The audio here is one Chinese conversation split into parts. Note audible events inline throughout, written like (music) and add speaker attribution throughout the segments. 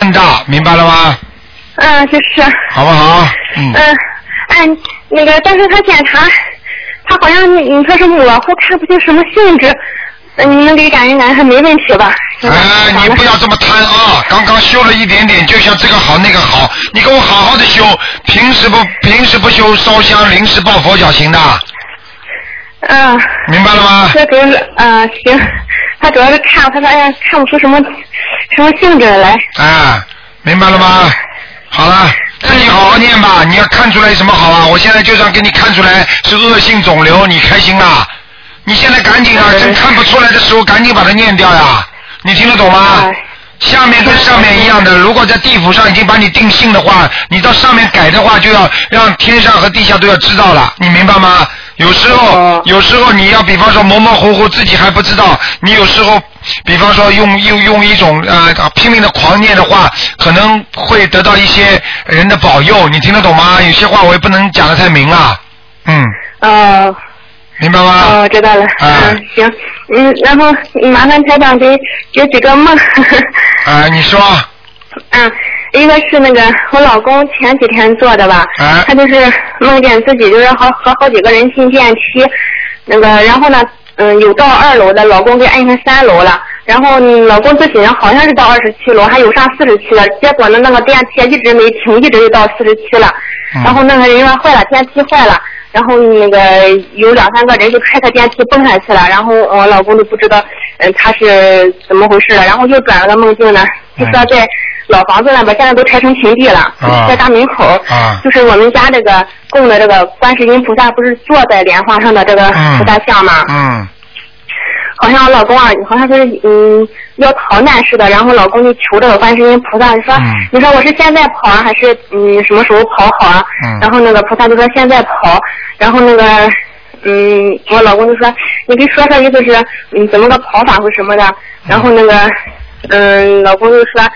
Speaker 1: 更大，明白了吗？
Speaker 2: 嗯，就是，
Speaker 1: 好不好？嗯，
Speaker 2: 嗯，哎，那个，但是他检查，他好像你你说是模糊，看不清什么性质，呃你们给感应感还没问题吧？现在
Speaker 1: 哎，
Speaker 2: 好
Speaker 1: 你
Speaker 2: 了
Speaker 1: 不要这么贪啊！刚刚修了一点点，就像这个好那个好，你给我好好的修。平时不平时不修烧香，临时抱佛脚行的，
Speaker 2: 嗯，
Speaker 1: 明白了吗？
Speaker 2: 这主要是，嗯，行，他主要是看，他说哎呀，看不出什么什么性质来。
Speaker 1: 啊，明白了吗？好了，自己好好念吧。你要看出来什么好啊？我现在就想给你看出来是恶性肿瘤，你开心啊？你现在赶紧啊，
Speaker 2: 嗯
Speaker 1: 真看不出来的时候赶紧把它念掉呀。你听得懂吗？
Speaker 2: 哎
Speaker 1: 下面跟上面一样的，如果在地府上已经把你定性的话，你到上面改的话，就要让天上和地下都要知道了，你明白吗？有时候
Speaker 2: 哦，
Speaker 1: 有时候你要比方说模模糊糊自己还不知道，你有时候比方说用用用一种呃拼命的狂念的话，可能会得到一些人的保佑，你听得懂吗？有些话我也不能讲的太明啊，嗯，
Speaker 2: 哦，
Speaker 1: 明白吗？
Speaker 2: 哦，知道了。
Speaker 1: 哎
Speaker 2: 嗯，行，嗯，然后麻烦台长给给几个梦。
Speaker 1: 啊、你说，
Speaker 2: 嗯，一个是那个我老公前几天做的吧，
Speaker 1: 哎
Speaker 2: 他就是梦见自己就是和和好几个人进电梯，那个然后呢，嗯，有到二楼的，老公给按下三楼了，然后嗯老公自己呢好像是到二十七楼，还有上四十七了，结果呢那个电梯一直没停，一直就到四十七了，
Speaker 1: 嗯
Speaker 2: 然后那个人员坏了，电梯坏了。然后嗯那个有两三个人就开着电梯蹦下去了，然后我老公都不知道，嗯，他是怎么回事了。然后又转了个梦境呢，就说
Speaker 1: 嗯
Speaker 2: 在老房子那边现在都拆成平地了，
Speaker 1: 啊
Speaker 2: 在大门口，
Speaker 1: 啊
Speaker 2: 就是我们家这个供的这个观世音菩萨，不是坐在莲花上的这个
Speaker 1: 嗯
Speaker 2: 菩萨像嘛？
Speaker 1: 嗯，
Speaker 2: 好像我老公啊，好像是嗯要逃难似的，然后老公就求这个观世音菩萨，就说、
Speaker 1: 嗯
Speaker 2: 你说我是现在跑啊，还是嗯什么时候跑好啊？
Speaker 1: 嗯
Speaker 2: 然后那个菩萨就说现在跑，然后那个嗯我老公就说你给说说意思是嗯怎么个跑法或什么的，然后那个嗯老公就说。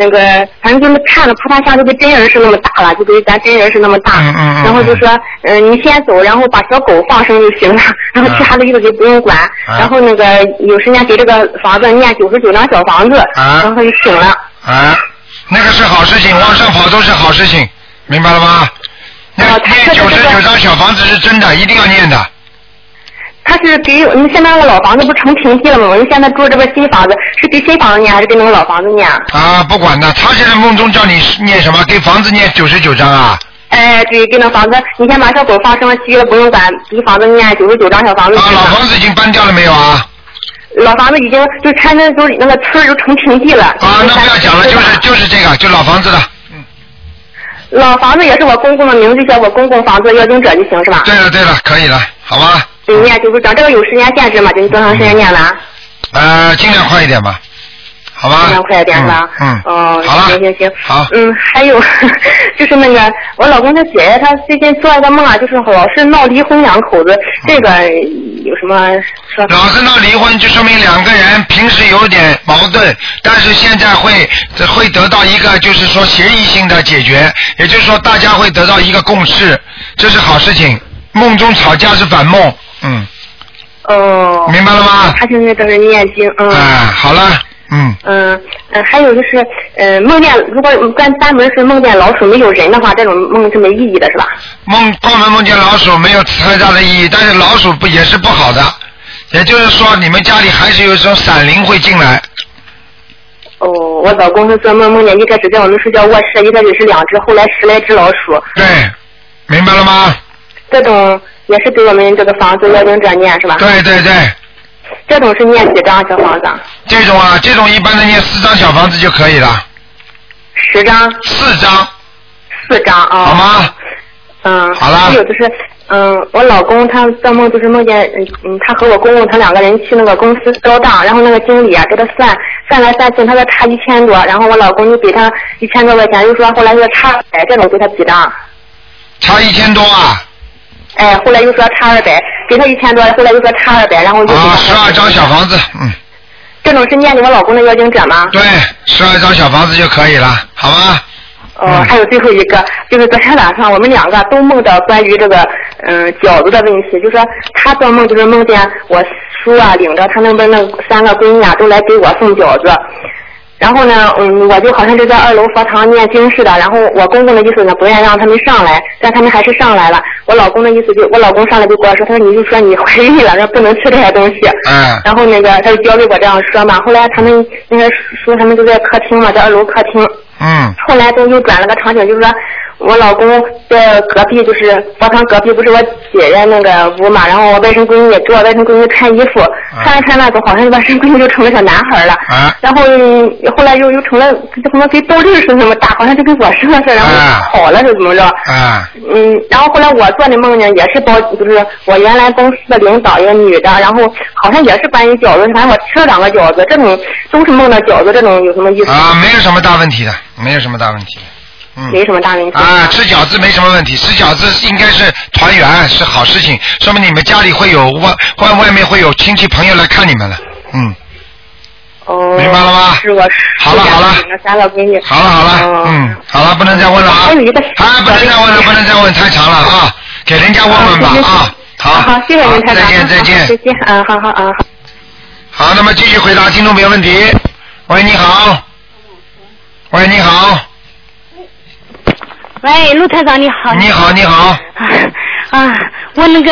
Speaker 2: 那个，反正就是看着菩萨像就跟真人是那么大了，就跟咱真人是那么大。
Speaker 1: 嗯嗯嗯
Speaker 2: 然后就说，嗯、你先走，然后把小狗放生就行了，然后其他的意思就不用管。
Speaker 1: 啊
Speaker 2: 然后那个有时间给这个房子念九十九张小房子，
Speaker 1: 啊
Speaker 2: 然后他就醒了。
Speaker 1: 啊，那个是好事情，往上跑都是好事情，明白了吗？那
Speaker 2: 哦他
Speaker 1: 念
Speaker 2: 这
Speaker 1: 九
Speaker 2: 个
Speaker 1: 十
Speaker 2: 这
Speaker 1: 九
Speaker 2: 个
Speaker 1: 张小房子是真的，一定要念的。
Speaker 2: 他是给我们现在那个老房子不是成平地了吗？我们现在住这边新房子，是给新房子念还是给那个老房子念？
Speaker 1: 啊，不管的，他现在梦中叫你念什么？给房子念九十九章啊？
Speaker 2: 哎，对，给那房子，你先把小狗放生了，其余的不用管，给房子念九十九张小房子就
Speaker 1: 啊，
Speaker 2: 行
Speaker 1: 老
Speaker 2: 了。
Speaker 1: 房子已经搬掉了没有啊？
Speaker 2: 老房子已经就拆那就是那个村儿就成平嗯地了。
Speaker 1: 啊，那不要讲了，
Speaker 2: 对
Speaker 1: 就
Speaker 2: 吧
Speaker 1: 是就是这个，就老房子了。
Speaker 2: 老房子也是我公公的名字，就写我公公房子要经者就行是吧？
Speaker 1: 对了对了，可以了，好吧？
Speaker 2: 对，念九十九，这个有时间限制吗？就是多长时间念啊完？
Speaker 1: 呃，尽量快一点吧，好吧？
Speaker 2: 尽量快一点吧。
Speaker 1: 啊嗯。
Speaker 2: 哦
Speaker 1: 嗯，好了。
Speaker 2: 行行行。
Speaker 1: 好。
Speaker 2: 嗯，还有 (laughs) 就是那个我老公他姐姐，她最近做一个梦啊，就是老是闹离婚两口子，这个有什么说？ (laughs)
Speaker 1: 老是闹离婚，就说明两个人平时有点矛盾，但是现在会会得到一个就是说协议性的解决，也就是说大家会得到一个共识，这是好事情。梦中吵架是反梦，嗯，
Speaker 2: 哦。
Speaker 1: 明白了吗？
Speaker 2: 他现在正是念经，嗯。
Speaker 1: 哎，好了，嗯，
Speaker 2: 嗯嗯，还有就是，呃，梦见如果关单门是梦见老鼠没有人的话，这种梦是没意义的，是吧？
Speaker 1: 梦关门梦见老鼠没有太大的意义，但是老鼠不也是不好的，也就是说你们家里还是有一种闪灵会进来，
Speaker 2: 哦，我老公是做梦梦见一开始在我们睡觉卧室，一开始是两只，后来十来只老鼠，
Speaker 1: 对，明白了吗？
Speaker 2: 这种也是给我们这个房子要经者念是吧？
Speaker 1: 对对对，
Speaker 2: 这种是念几张小房子啊？
Speaker 1: 这种啊，这种一般的念四张小房子就可以了。
Speaker 2: 十张、
Speaker 1: 四张，
Speaker 2: 四张啊？
Speaker 1: 好？吗？
Speaker 2: 嗯。
Speaker 1: 好啦
Speaker 2: 还有就是，嗯，我老公他做梦就是梦见，嗯嗯，他和我公公他两个人去那个公司高档，然后那个经理啊给他算，算来算去他说差一千多，然后我老公就给他一千多块钱，又说后来又差二百，这种给他几张？
Speaker 1: 差一千多啊！
Speaker 2: 哎，后来又说差二百，给他一千多，后来又说差二百，然后又给他
Speaker 1: 啊，十二张小房子，嗯，
Speaker 2: 这种是念给我老公的邀请者吗？
Speaker 1: 对，十二张小房子就可以了，好吗？
Speaker 2: 哦、
Speaker 1: 嗯
Speaker 2: 还有最后一个，就是昨天晚上我们两个都梦到关于这个嗯、饺子的问题，就说他做梦就是梦见我叔啊领着他那边那三个闺女啊都来给我送饺子，然后呢，嗯，我就好像是在二楼佛堂念经似的。然后我公公的意思呢，不愿意让他们上来，但他们还是上来了。我老公的意思就，我老公上来就跟我说，他说你就说你怀孕了，那不能吃这些东西。
Speaker 1: 嗯
Speaker 2: (laughs) 然后那个他就教给我这样说嘛。后来他们那个说他们就在客厅嘛，在二楼客厅。
Speaker 1: 嗯
Speaker 2: 后来就又转了个场景，就是说我老公在隔壁，就是佛堂隔壁，不是我姐姐那个屋嘛，然后我外甥闺女给我外甥闺女看衣服，看着看着总好像外甥闺女就成了小男孩了。
Speaker 1: 啊
Speaker 2: 然后嗯后来又又成了，就好像跟斗争似的那么大，好像就跟我似的，然后
Speaker 1: 啊
Speaker 2: 跑了是怎么着？
Speaker 1: 啊
Speaker 2: 嗯，然后后来我做的梦呢，也是包，就是我原来公司的领导一个女的，然后好像也是关于饺子，反正我吃了两个饺子，这种都是梦到饺子，这种有什么意思？
Speaker 1: 啊，没有什么大问题的，没有什么大问题的。嗯。
Speaker 2: 没什么大问题。
Speaker 1: 啊，吃饺子没什么问题，吃饺子应该是团圆，是好事情，说明你们家里会有外外外面会有亲戚朋友来看你们了。嗯，
Speaker 2: 哦，
Speaker 1: 明白了吗
Speaker 2: 是我是
Speaker 1: 好了好了
Speaker 2: 三个闺女。
Speaker 1: 好了好了
Speaker 2: 哦，
Speaker 1: 嗯，好了，不能再问了啊
Speaker 2: 还有一个，
Speaker 1: 啊，不能再问了，不能再问，太长了啊，给人家问问吧
Speaker 2: 啊谢谢
Speaker 1: 啊。好，
Speaker 2: 好，谢谢您，
Speaker 1: 好
Speaker 2: 台
Speaker 1: 再
Speaker 2: 长。
Speaker 1: 见再
Speaker 2: 好再
Speaker 1: 见。
Speaker 2: 见，嗯，好好嗯好。
Speaker 1: 好，那么继续回答听众朋友问题。喂，你好。喂，你好，
Speaker 3: 喂，陆台长你好。
Speaker 1: 你好，你好，
Speaker 3: 啊 (laughs) 啊，我那个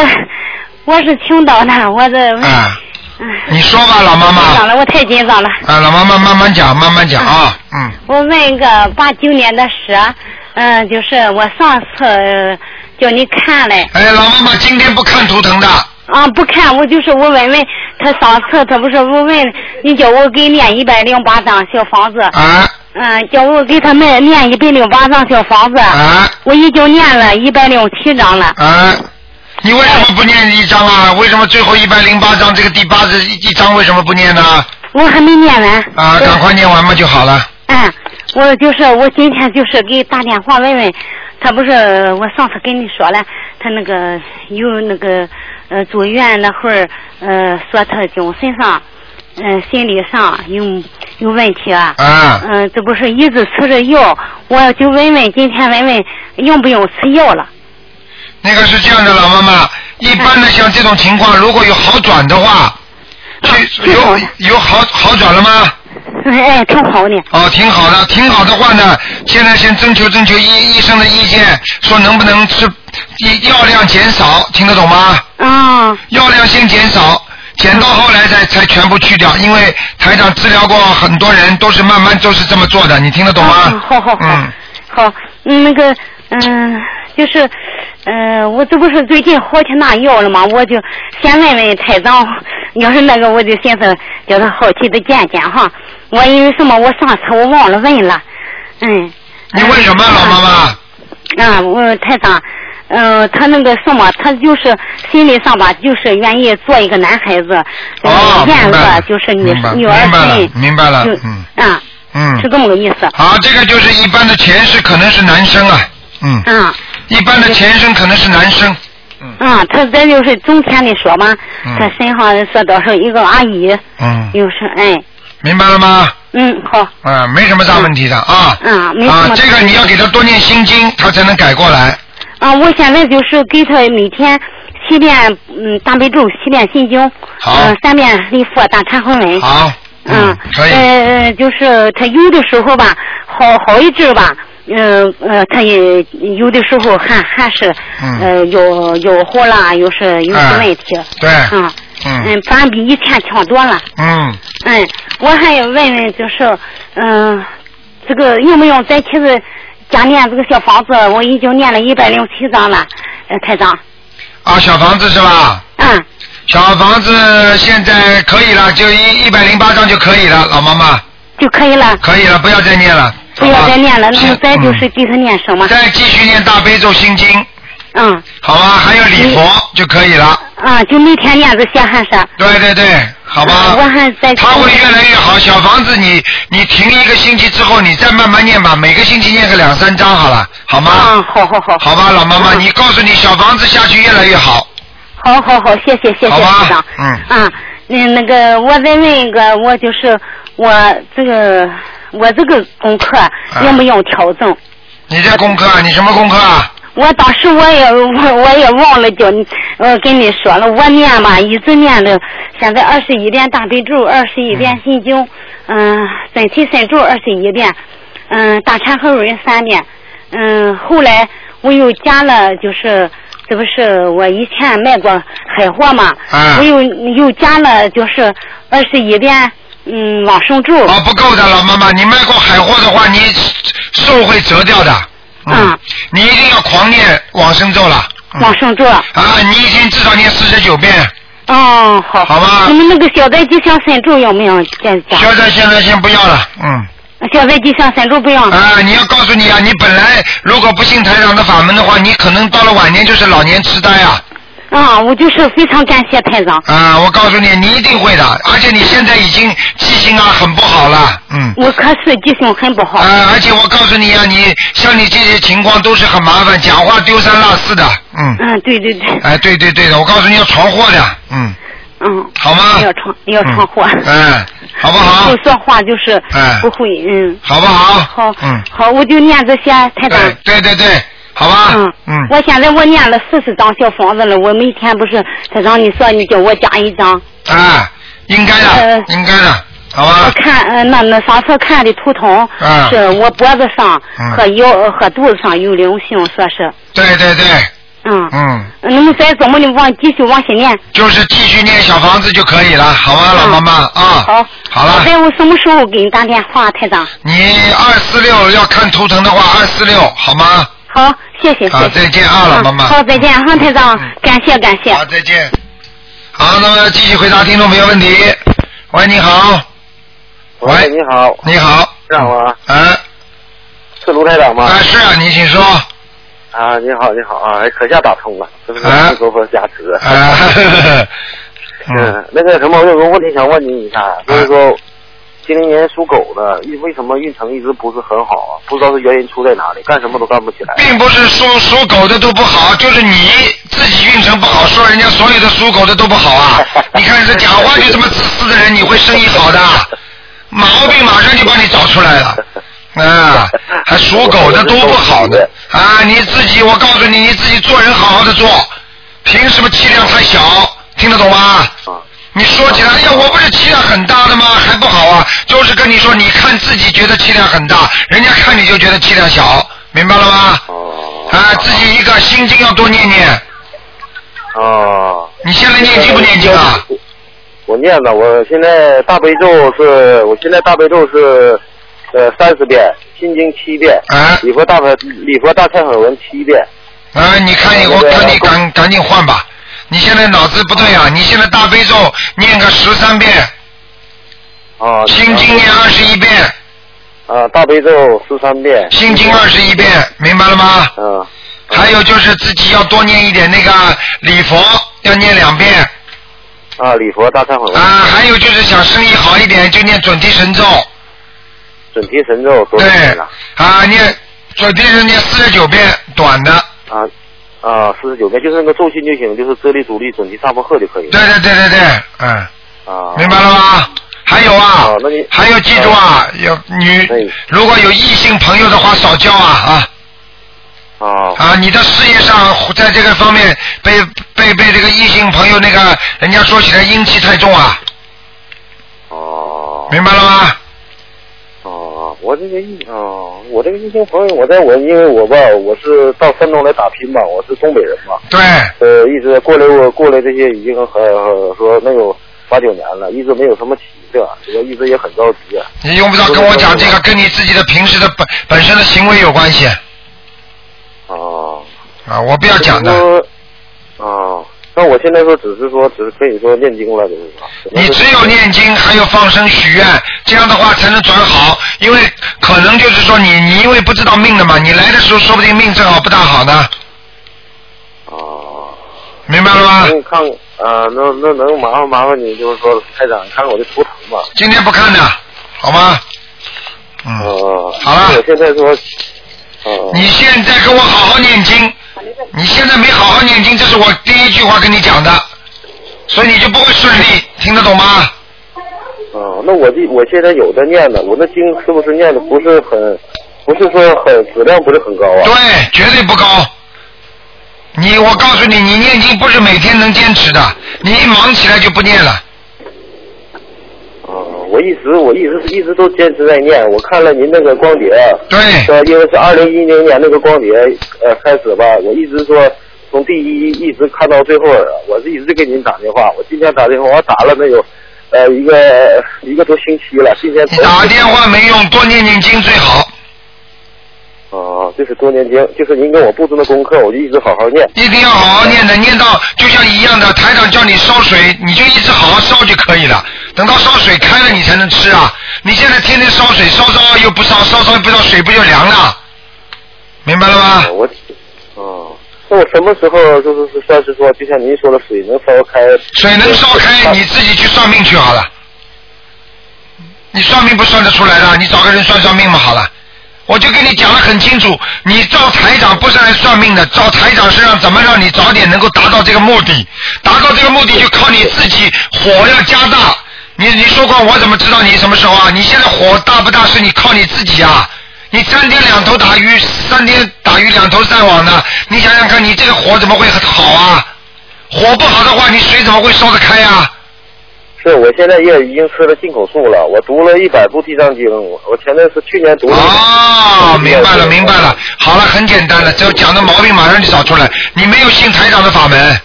Speaker 3: 我是青岛的，我这
Speaker 1: 啊，
Speaker 3: 嗯，
Speaker 1: 你说吧，老妈妈。
Speaker 3: 紧张了，我太紧张了。
Speaker 1: 啊，老妈妈慢慢讲，慢慢讲啊，嗯，
Speaker 3: 我问一个八九年的蛇，嗯、就是我上次、呃叫你看嘞，
Speaker 1: 哎，老妈妈今天不看图腾的，
Speaker 3: 啊，不看，我就是我问问他上次他不是我问你叫我给念一百零八张小房子，
Speaker 1: 啊
Speaker 3: 嗯、叫我给他们念一百零八张小房子，
Speaker 1: 啊
Speaker 3: 我已经念了一百零七张了。
Speaker 1: 啊！你为什么不念一章啊？为什么最后一百零八章这个第八十一章为什么不念呢？
Speaker 3: 我还没念完。
Speaker 1: 啊，赶快念完嘛就好了。
Speaker 3: 嗯，我就是我今天就是给打电话问问，他不是我上次跟你说了，他那个有那个呃住院那会儿呃说他精神上嗯、呃心理上有有问题啊。
Speaker 1: 啊
Speaker 3: 嗯、这不是一直吃着药，我就问问今天问问用不用吃药了？ (laughs)
Speaker 1: 那个是这样的，老妈妈，一般的像这种情况，如果有好转的话，去
Speaker 3: 挺啊好
Speaker 1: 有
Speaker 3: 的
Speaker 1: 有好好转了吗？
Speaker 3: 哎，挺好的。
Speaker 1: 哦，挺好的，挺好的话呢，现在先征求征求医医生的意见，说能不能吃医药量减少，听得懂吗？
Speaker 3: 啊、
Speaker 1: 药量先减少，减到后来再才全部去掉，因为台长治疗过很多人，都是慢慢都是这么做的，你听得懂吗？
Speaker 3: 嗯好好好
Speaker 1: 嗯，
Speaker 3: 好，嗯那个，嗯，就是，呃，我这不是最近好去拿药了吗？我就先问问台长，要是那个，我就寻思叫他好奇的见见哈。我因为什么？我上次我忘了问了，嗯。
Speaker 1: 你问什么，
Speaker 3: 嗯
Speaker 1: 老妈？妈？
Speaker 3: 啊，我台长，呃，他那个什么，他就是心理上吧，就是愿意做一个男孩子，
Speaker 1: 哦
Speaker 3: 呃，厌
Speaker 1: 明白了
Speaker 3: 恶就是女
Speaker 1: 明白
Speaker 3: 女儿
Speaker 1: 明白了
Speaker 3: 身，
Speaker 1: 明白了
Speaker 3: 就
Speaker 1: 嗯
Speaker 3: 啊，是
Speaker 1: 嗯，
Speaker 3: 这么个意思，
Speaker 1: 好，这个就是一般的前世可能是男生啊，嗯，
Speaker 3: 啊。
Speaker 1: 一般的前生可能是男生，
Speaker 3: 啊，他这就是中天的说嘛，
Speaker 1: 嗯
Speaker 3: 他身上说到是一个阿姨，
Speaker 1: 嗯，
Speaker 3: 又是哎，
Speaker 1: 明白了吗？
Speaker 3: 嗯好，
Speaker 1: 啊，没什么大问题的啊。
Speaker 3: 嗯没什么
Speaker 1: 啊
Speaker 3: 大，
Speaker 1: 这个你要给他多念心经，他才能改过来。
Speaker 3: 啊，我现在就是给他每天七遍嗯大悲咒，七遍心经，
Speaker 1: 好
Speaker 3: 呃三遍礼佛大忏悔文，
Speaker 1: 好，
Speaker 3: 嗯，
Speaker 1: 可以。
Speaker 3: 呃，就是他有的时候吧，好好一阵儿吧。嗯呃，他也有的时候还还是、
Speaker 1: 嗯
Speaker 3: 呃有有火啦，又是有
Speaker 1: 哎
Speaker 3: 些问题，
Speaker 1: 对，
Speaker 3: 嗯
Speaker 1: 嗯
Speaker 3: 嗯，反正比以前强多了。
Speaker 1: 嗯，
Speaker 3: 嗯，我还要问问，就是，嗯、这个用不用在妻子家念这个小房子？我已经念了一百零七章了，呃，台长。
Speaker 1: 啊，小房子是吧？
Speaker 3: 嗯，
Speaker 1: 小房子现在可以了，就一一百零八张就可以了，老妈妈，
Speaker 3: 就可以了，
Speaker 1: 可以了，不要再念了，
Speaker 3: 不要再念了。那
Speaker 1: 好
Speaker 3: 么
Speaker 1: 吧
Speaker 3: 再就
Speaker 1: 嗯
Speaker 3: 是给他念什么？
Speaker 1: 再继续念大悲咒心经，
Speaker 3: 嗯，
Speaker 1: 好吧？还有礼佛就可以了。
Speaker 3: 啊，就每天念这些还是？
Speaker 1: 对对对，好吧
Speaker 3: 嗯我。还在。
Speaker 1: 他会越来越好。小房子你，你停一个星期之后，你再慢慢念吧，每个星期念个两三张好了，好吗？
Speaker 3: 啊，好好好，
Speaker 1: 好吧，老妈妈，
Speaker 3: 嗯
Speaker 1: 你告诉你小房子下去越来越好。
Speaker 3: 好好好，谢谢谢谢
Speaker 1: 好吧
Speaker 3: 台长。
Speaker 1: 嗯
Speaker 3: 啊，那那个我再问一个，我就是我这个我这个功课用不用调整？嗯
Speaker 1: 你这功课啊，你什么功课啊？
Speaker 3: 我当时我也 (laughs) 我我也忘了叫你，呃跟你说了，我念吧，一直念了，现在二十一遍大悲咒，二十一遍心经，嗯、准提神咒二十一遍，嗯、大忏悔文三遍，嗯、后来我又加了，就是这不是我以前卖过海货嘛，
Speaker 1: 啊
Speaker 3: 我又又加了就是二十一遍，嗯，往生咒，
Speaker 1: 哦，不够的，老妈妈，你卖过海货的话，你寿会折掉的。
Speaker 3: 嗯，
Speaker 1: 你一定要狂念往生咒了。嗯
Speaker 3: 往生咒。
Speaker 1: 啊，你一天至少念四十九遍。
Speaker 3: 哦，好，
Speaker 1: 好吧
Speaker 3: 你们那个小灾吉祥神咒要不要再加？
Speaker 1: 现在现在先不要了，嗯。
Speaker 3: 啊小灾吉祥神咒不要。
Speaker 1: 啊，你要告诉你啊，你本来如果不信台长的法门的话，你可能到了晚年就是老年痴呆啊。
Speaker 3: 啊，我就是非常感谢台长，
Speaker 1: 啊，我告诉你，你一定会的，而且你现在已经记性啊很不好了，嗯。
Speaker 3: 我可是记性很不好。
Speaker 1: 啊，而且我告诉你啊，你像你这些情况都是很麻烦，讲话丢三落四的，嗯。
Speaker 3: 嗯，对对对，
Speaker 1: 哎，对对对的，我告诉你要闯祸的，嗯，
Speaker 3: 嗯，
Speaker 1: 好吗？
Speaker 3: 要闯要闯祸，
Speaker 1: 啊嗯嗯，好不好
Speaker 3: 不？说话就是
Speaker 1: 嗯
Speaker 3: 不会，嗯，
Speaker 1: 好不好？
Speaker 3: 好，
Speaker 1: 嗯，
Speaker 3: 好，我就念这些台长
Speaker 1: 对。对对对，好吧？
Speaker 3: 嗯
Speaker 1: 嗯，
Speaker 3: 我现在我念了四十张小房子了，我每天不是台长你说你叫我加一张，
Speaker 1: 啊，应该的
Speaker 3: 呃，
Speaker 1: 应该的，好吧
Speaker 3: 我？看呃那那上次看的图腾
Speaker 1: 嗯
Speaker 3: 是我脖子上
Speaker 1: 嗯
Speaker 3: 和腰呃和肚子上有灵性，说是，
Speaker 1: 对对对，
Speaker 3: 嗯，
Speaker 1: 嗯，
Speaker 3: 那么再怎么的往继续往下念？
Speaker 1: 就是继续念小房子就可以了，好吗，老妈妈啊？
Speaker 3: 嗯好，
Speaker 1: 好了
Speaker 3: 那我什么时候给你打电话，台长？
Speaker 1: 你二四六要看图腾的话，二四六好吗？
Speaker 3: 好，谢谢，
Speaker 1: 好
Speaker 3: 谢谢。
Speaker 1: 再见啊老妈妈
Speaker 3: 好，再见，哈，台长
Speaker 1: 嗯，
Speaker 3: 感谢感谢。
Speaker 1: 好，再见。好，那么继续回答听众朋友问题。喂，你好，喂
Speaker 4: 喂，你好，
Speaker 1: 你好，
Speaker 4: 让我
Speaker 1: 啊
Speaker 4: 是卢台长吗？
Speaker 1: 啊，是啊，你请说，
Speaker 4: 啊，你好，你好啊，哎可下打通了，真是
Speaker 1: 啊
Speaker 4: 佛佛加持。
Speaker 1: 啊， (laughs) 呵呵呵嗯，
Speaker 4: 嗯，那个什么，我有个问题想问您一下，就是说，今年属狗的，一为什么运程一直不是很好啊？不知道是原因出在哪里，干什么都干不起来。
Speaker 1: 并不是说属狗的都不好，就是你自己运程不好，说人家所有的属狗的都不好啊！你看这讲话就这么自私的人，你会生意好的？毛病马上就帮你找出来了。啊，还属狗的多不好呢！啊，你自己，我告诉你，你自己做人好好的做，凭什么气量太小？听得懂吗？
Speaker 4: 啊，
Speaker 1: 你说起来，哎呀，我不是气量很大的吗？还不好啊，就是跟你说，你看自己觉得气量很大，人家看你就觉得气量小，明白了吗？
Speaker 4: 哦，
Speaker 1: 啊，自己一个心经要多念念。
Speaker 4: 哦，
Speaker 1: 你现在念经不念经啊？
Speaker 4: 我？我念了，我现在大悲咒是，我现在大悲咒是，呃，三十遍，心经七遍，
Speaker 1: 啊
Speaker 4: 礼佛大忏礼佛大忏悔文七遍，
Speaker 1: 啊，你看你，我看你赶赶紧换吧。你现在脑子不对啊！你现在大悲咒念个十三遍，
Speaker 4: 啊，
Speaker 1: 心经念二十一遍，
Speaker 4: 啊，大悲咒十三遍，
Speaker 1: 心经二十一遍，明白了吗？
Speaker 4: 嗯，
Speaker 1: 还有就是自己要多念一点那个礼佛，要念两遍
Speaker 4: 啊，礼佛大忏悔文，
Speaker 1: 啊。还有就是想生意好一点，就念准提神咒，
Speaker 4: 准提神咒多少
Speaker 1: 对
Speaker 4: 遍了？
Speaker 1: 啊，念准提神念四十九遍，短的。
Speaker 4: 啊啊，四十九遍，就是那个咒心就行，就是遮力阻力准提萨婆诃就可以
Speaker 1: 对
Speaker 4: 了。
Speaker 1: 对对对对，嗯。
Speaker 4: 啊，
Speaker 1: 明白了吗？还有啊
Speaker 4: 哦那你，
Speaker 1: 还有记住啊，有女
Speaker 4: 哎
Speaker 1: 如果有异性朋友的话，少交啊
Speaker 4: 啊
Speaker 1: 啊啊！你的事业上在这个方面被被被这个异性朋友那个人家说起来阴气太重啊，
Speaker 4: 哦
Speaker 1: 明白了吗？
Speaker 4: 哦，我这个异哦，我这个异性朋友，我在我因为我吧，我是到山东来打拼嘛，我是东北人嘛，
Speaker 1: 对，
Speaker 4: 呃，一直过来我过来这些已经很说能有八九年了，一直没有什么起色，这个一直也很着急。
Speaker 1: 你用不着跟我讲这个，跟你自己的平时的本本身的行为有关系
Speaker 4: 哦。
Speaker 1: 啊，我不要讲的。
Speaker 4: 就是说。啊，那我现在说只是说，只是可以说念经了，就是说。
Speaker 1: 你只有念经，还有放生许愿，这样的话才能转好。因为可能就是说你你因为不知道命的嘛，你来的时候说不定命正好不大好呢，
Speaker 4: 啊。
Speaker 1: 明白了吗？
Speaker 4: 能看啊，那那能麻烦麻烦你，就是说台长，看看我的图腾吧。
Speaker 1: 今天不看的，好吗？嗯，
Speaker 4: 呃，
Speaker 1: 好了
Speaker 4: 我现在说，啊，
Speaker 1: 你现在跟我好好念经，你现在没好好念经，这是我第一句话跟你讲的，所以你就不会顺利，听得懂吗？
Speaker 4: 啊，那我这我现在有的念的，我那经是不是念的不是很，不是说很质量不是很高啊？
Speaker 1: 对，绝对不高。你我告诉你，你念经不是每天能坚持的，你一忙起来就不念了。
Speaker 4: 嗯，我一直我一直一直都坚持在念，我看了您那个光碟，啊
Speaker 1: 对，
Speaker 4: 说因为是二零一零年那个光碟，呃，开始吧，我一直说从第一一直看到最后啊，我是一直给您打电话，我今天打电话我打了没有，呃，一个一个多星期了，今天
Speaker 1: 你打电话没用，多念念经最好，
Speaker 4: 哦，就是多年经，就是您给我布置的功课，我就一直好好念。
Speaker 1: 一定要好好念的，念到就像一样的，台长叫你烧水，你就一直好好烧就可以了。等到烧水开了，你才能吃啊！你现在天天烧水，烧烧又不烧，烧烧又不烧，水不就凉了？明白了吗？
Speaker 4: 哦我，哦，那我什么时候就是是算是说，就像您说的，水能烧开？
Speaker 1: 水能烧开，你自己去算命去好了。你算命不算得出来的，你找个人算算命嘛好了。我就跟你讲的很清楚，你找台长不是来算命的，找台长是让怎么让你早点能够达到这个目的，达到这个目的就靠你自己火要加大。你你说过我怎么知道你什么时候啊？你现在火大不大是你靠你自己啊。你三天两头打鱼，三天打鱼两头晒网呢，你想想看，你这个火怎么会好啊？火不好的话，你水怎么会烧得开呀、
Speaker 4: 是我现在也已经吃了进口素了，我读了一百部地藏经，我我前段是去年读了。
Speaker 1: 哦，明白了，明白了。。好了，很简单了，这讲的毛病马上就找出来。你没有信台长的法门，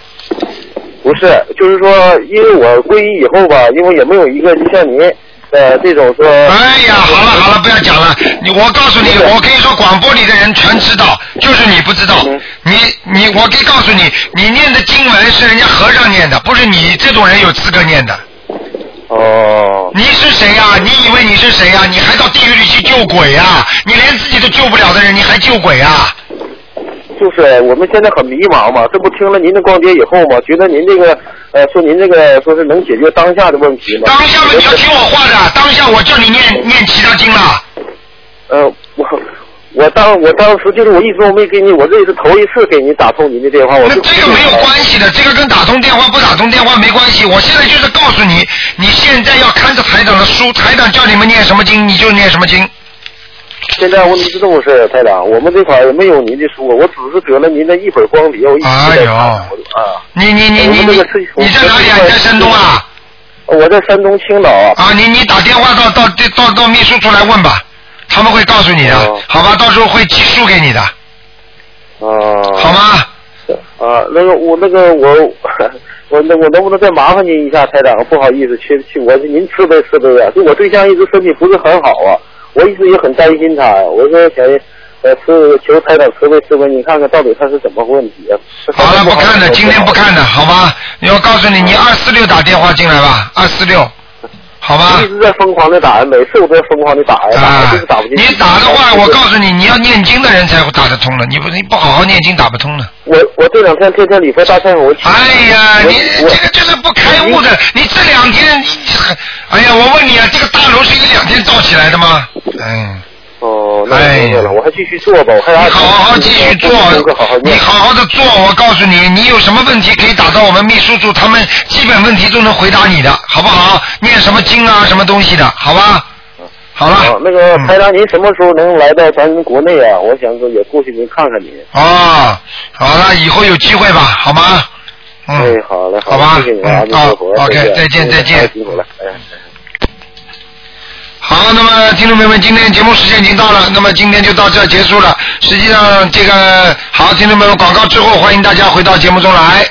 Speaker 4: 不是，就是说，因为我皈依以后吧，因为也没有一个就像您，呃，这种说。
Speaker 1: 哎呀，好了好了，不要讲了。你我告诉你，我可以说广播里的人全知道，就是你不知道
Speaker 4: 嗯。
Speaker 1: 你你，我可以告诉你，你念的经文是人家和尚念的，不是你这种人有资格念的。
Speaker 4: 哦。
Speaker 1: 你是谁呀、你以为你是谁呀、你还到地狱里去救鬼呀、你连自己都救不了的人，你还救鬼呀、
Speaker 4: 就是我们现在很迷茫嘛，这不听了您的光碟以后嘛，觉得您这个，呃，说您这个说是能解决当下的问题嘛。
Speaker 1: 当下嘛，你要听我话的，当下我叫你念念其他经了。
Speaker 4: 呃，我我当我当时就是我一直我没给你，我这也是头一次给你打通您的电话，我
Speaker 1: 那
Speaker 4: 就
Speaker 1: 这个没有关系的，这个跟打通电话不打通电话没关系。我现在就是告诉你，你现在要看着台长的书，台长叫你们念什么经，你就念什么经。
Speaker 4: 现在问题是这么回事，台长，我们这块儿没有您的书，我只是得了您的一本光碟，我一直
Speaker 1: 哎
Speaker 4: 在看。我啊，
Speaker 1: 你你你你
Speaker 4: 我们这
Speaker 1: 你
Speaker 4: 个是
Speaker 1: 你在哪里啊？
Speaker 4: 我们这个
Speaker 1: 你在山东啊？
Speaker 4: 我在山东青岛。
Speaker 1: 啊，你你打电话到到到到秘书处来问吧，他们会告诉你的
Speaker 4: 哦，
Speaker 1: 好吧？到时候会寄书给你的，
Speaker 4: 啊。
Speaker 1: 好？吗？
Speaker 4: 啊，那个我那个我我那我能不能再麻烦您一下，台长？不好意思，去去我您慈悲慈悲啊！就我对象一直身体不是很好啊，我一直也很担心他，我说想呃是求台长慈悲慈悲，你看看到底他是怎么个问题啊？是
Speaker 1: 好了，不看了，今天不看
Speaker 4: 了。
Speaker 1: 了，好吧？我告诉你，你二四六打电话进来吧，二四六，好吧？
Speaker 4: 一直在疯狂的打，每次我都在疯狂的哎打呀，打就是打不进去。
Speaker 1: 啊你打的话，我告诉你，你要念经的人才会打得通的，你不你不好好念经打不通的。
Speaker 4: 我我这两天天天礼佛大忏悔文。
Speaker 1: 哎呀，
Speaker 4: 我
Speaker 1: 你这个就是不开悟的，你这两天，你哎呀，我问你啊，这个大楼是一两天造起来的吗？嗯，
Speaker 4: 我哦，那我明白了，
Speaker 1: 哎
Speaker 4: 我还继续做吧，我还
Speaker 1: 你
Speaker 4: 要
Speaker 1: 好好继续做
Speaker 4: 功啊课好好，
Speaker 1: 你
Speaker 4: 念。
Speaker 1: 好好的做，我告诉你，你有什么问题可以打到我们秘书处，他们基本问题都能回答你的，好不好？念什么经啊，什么东西的，好吧？好了
Speaker 4: 啊，，那个
Speaker 1: 嗯
Speaker 4: 台长，您什么时候能来到咱国内啊？我想说也过去您看看您。
Speaker 1: 哦，好了，以后有机会吧，好吗？嗯，
Speaker 4: 哎，好嘞，
Speaker 1: 好吧
Speaker 4: 嘞谢谢您啊，
Speaker 1: 嗯
Speaker 4: 您做活
Speaker 1: 啊，OK，再
Speaker 4: 再
Speaker 1: 见再见
Speaker 4: 哎辛苦了，哎。
Speaker 1: 好，那么听众朋友们，今天节目时间已经到了，那么今天就到这儿结束了。实际上，这个好，听众朋友们，广告之后，欢迎大家回到节目中来。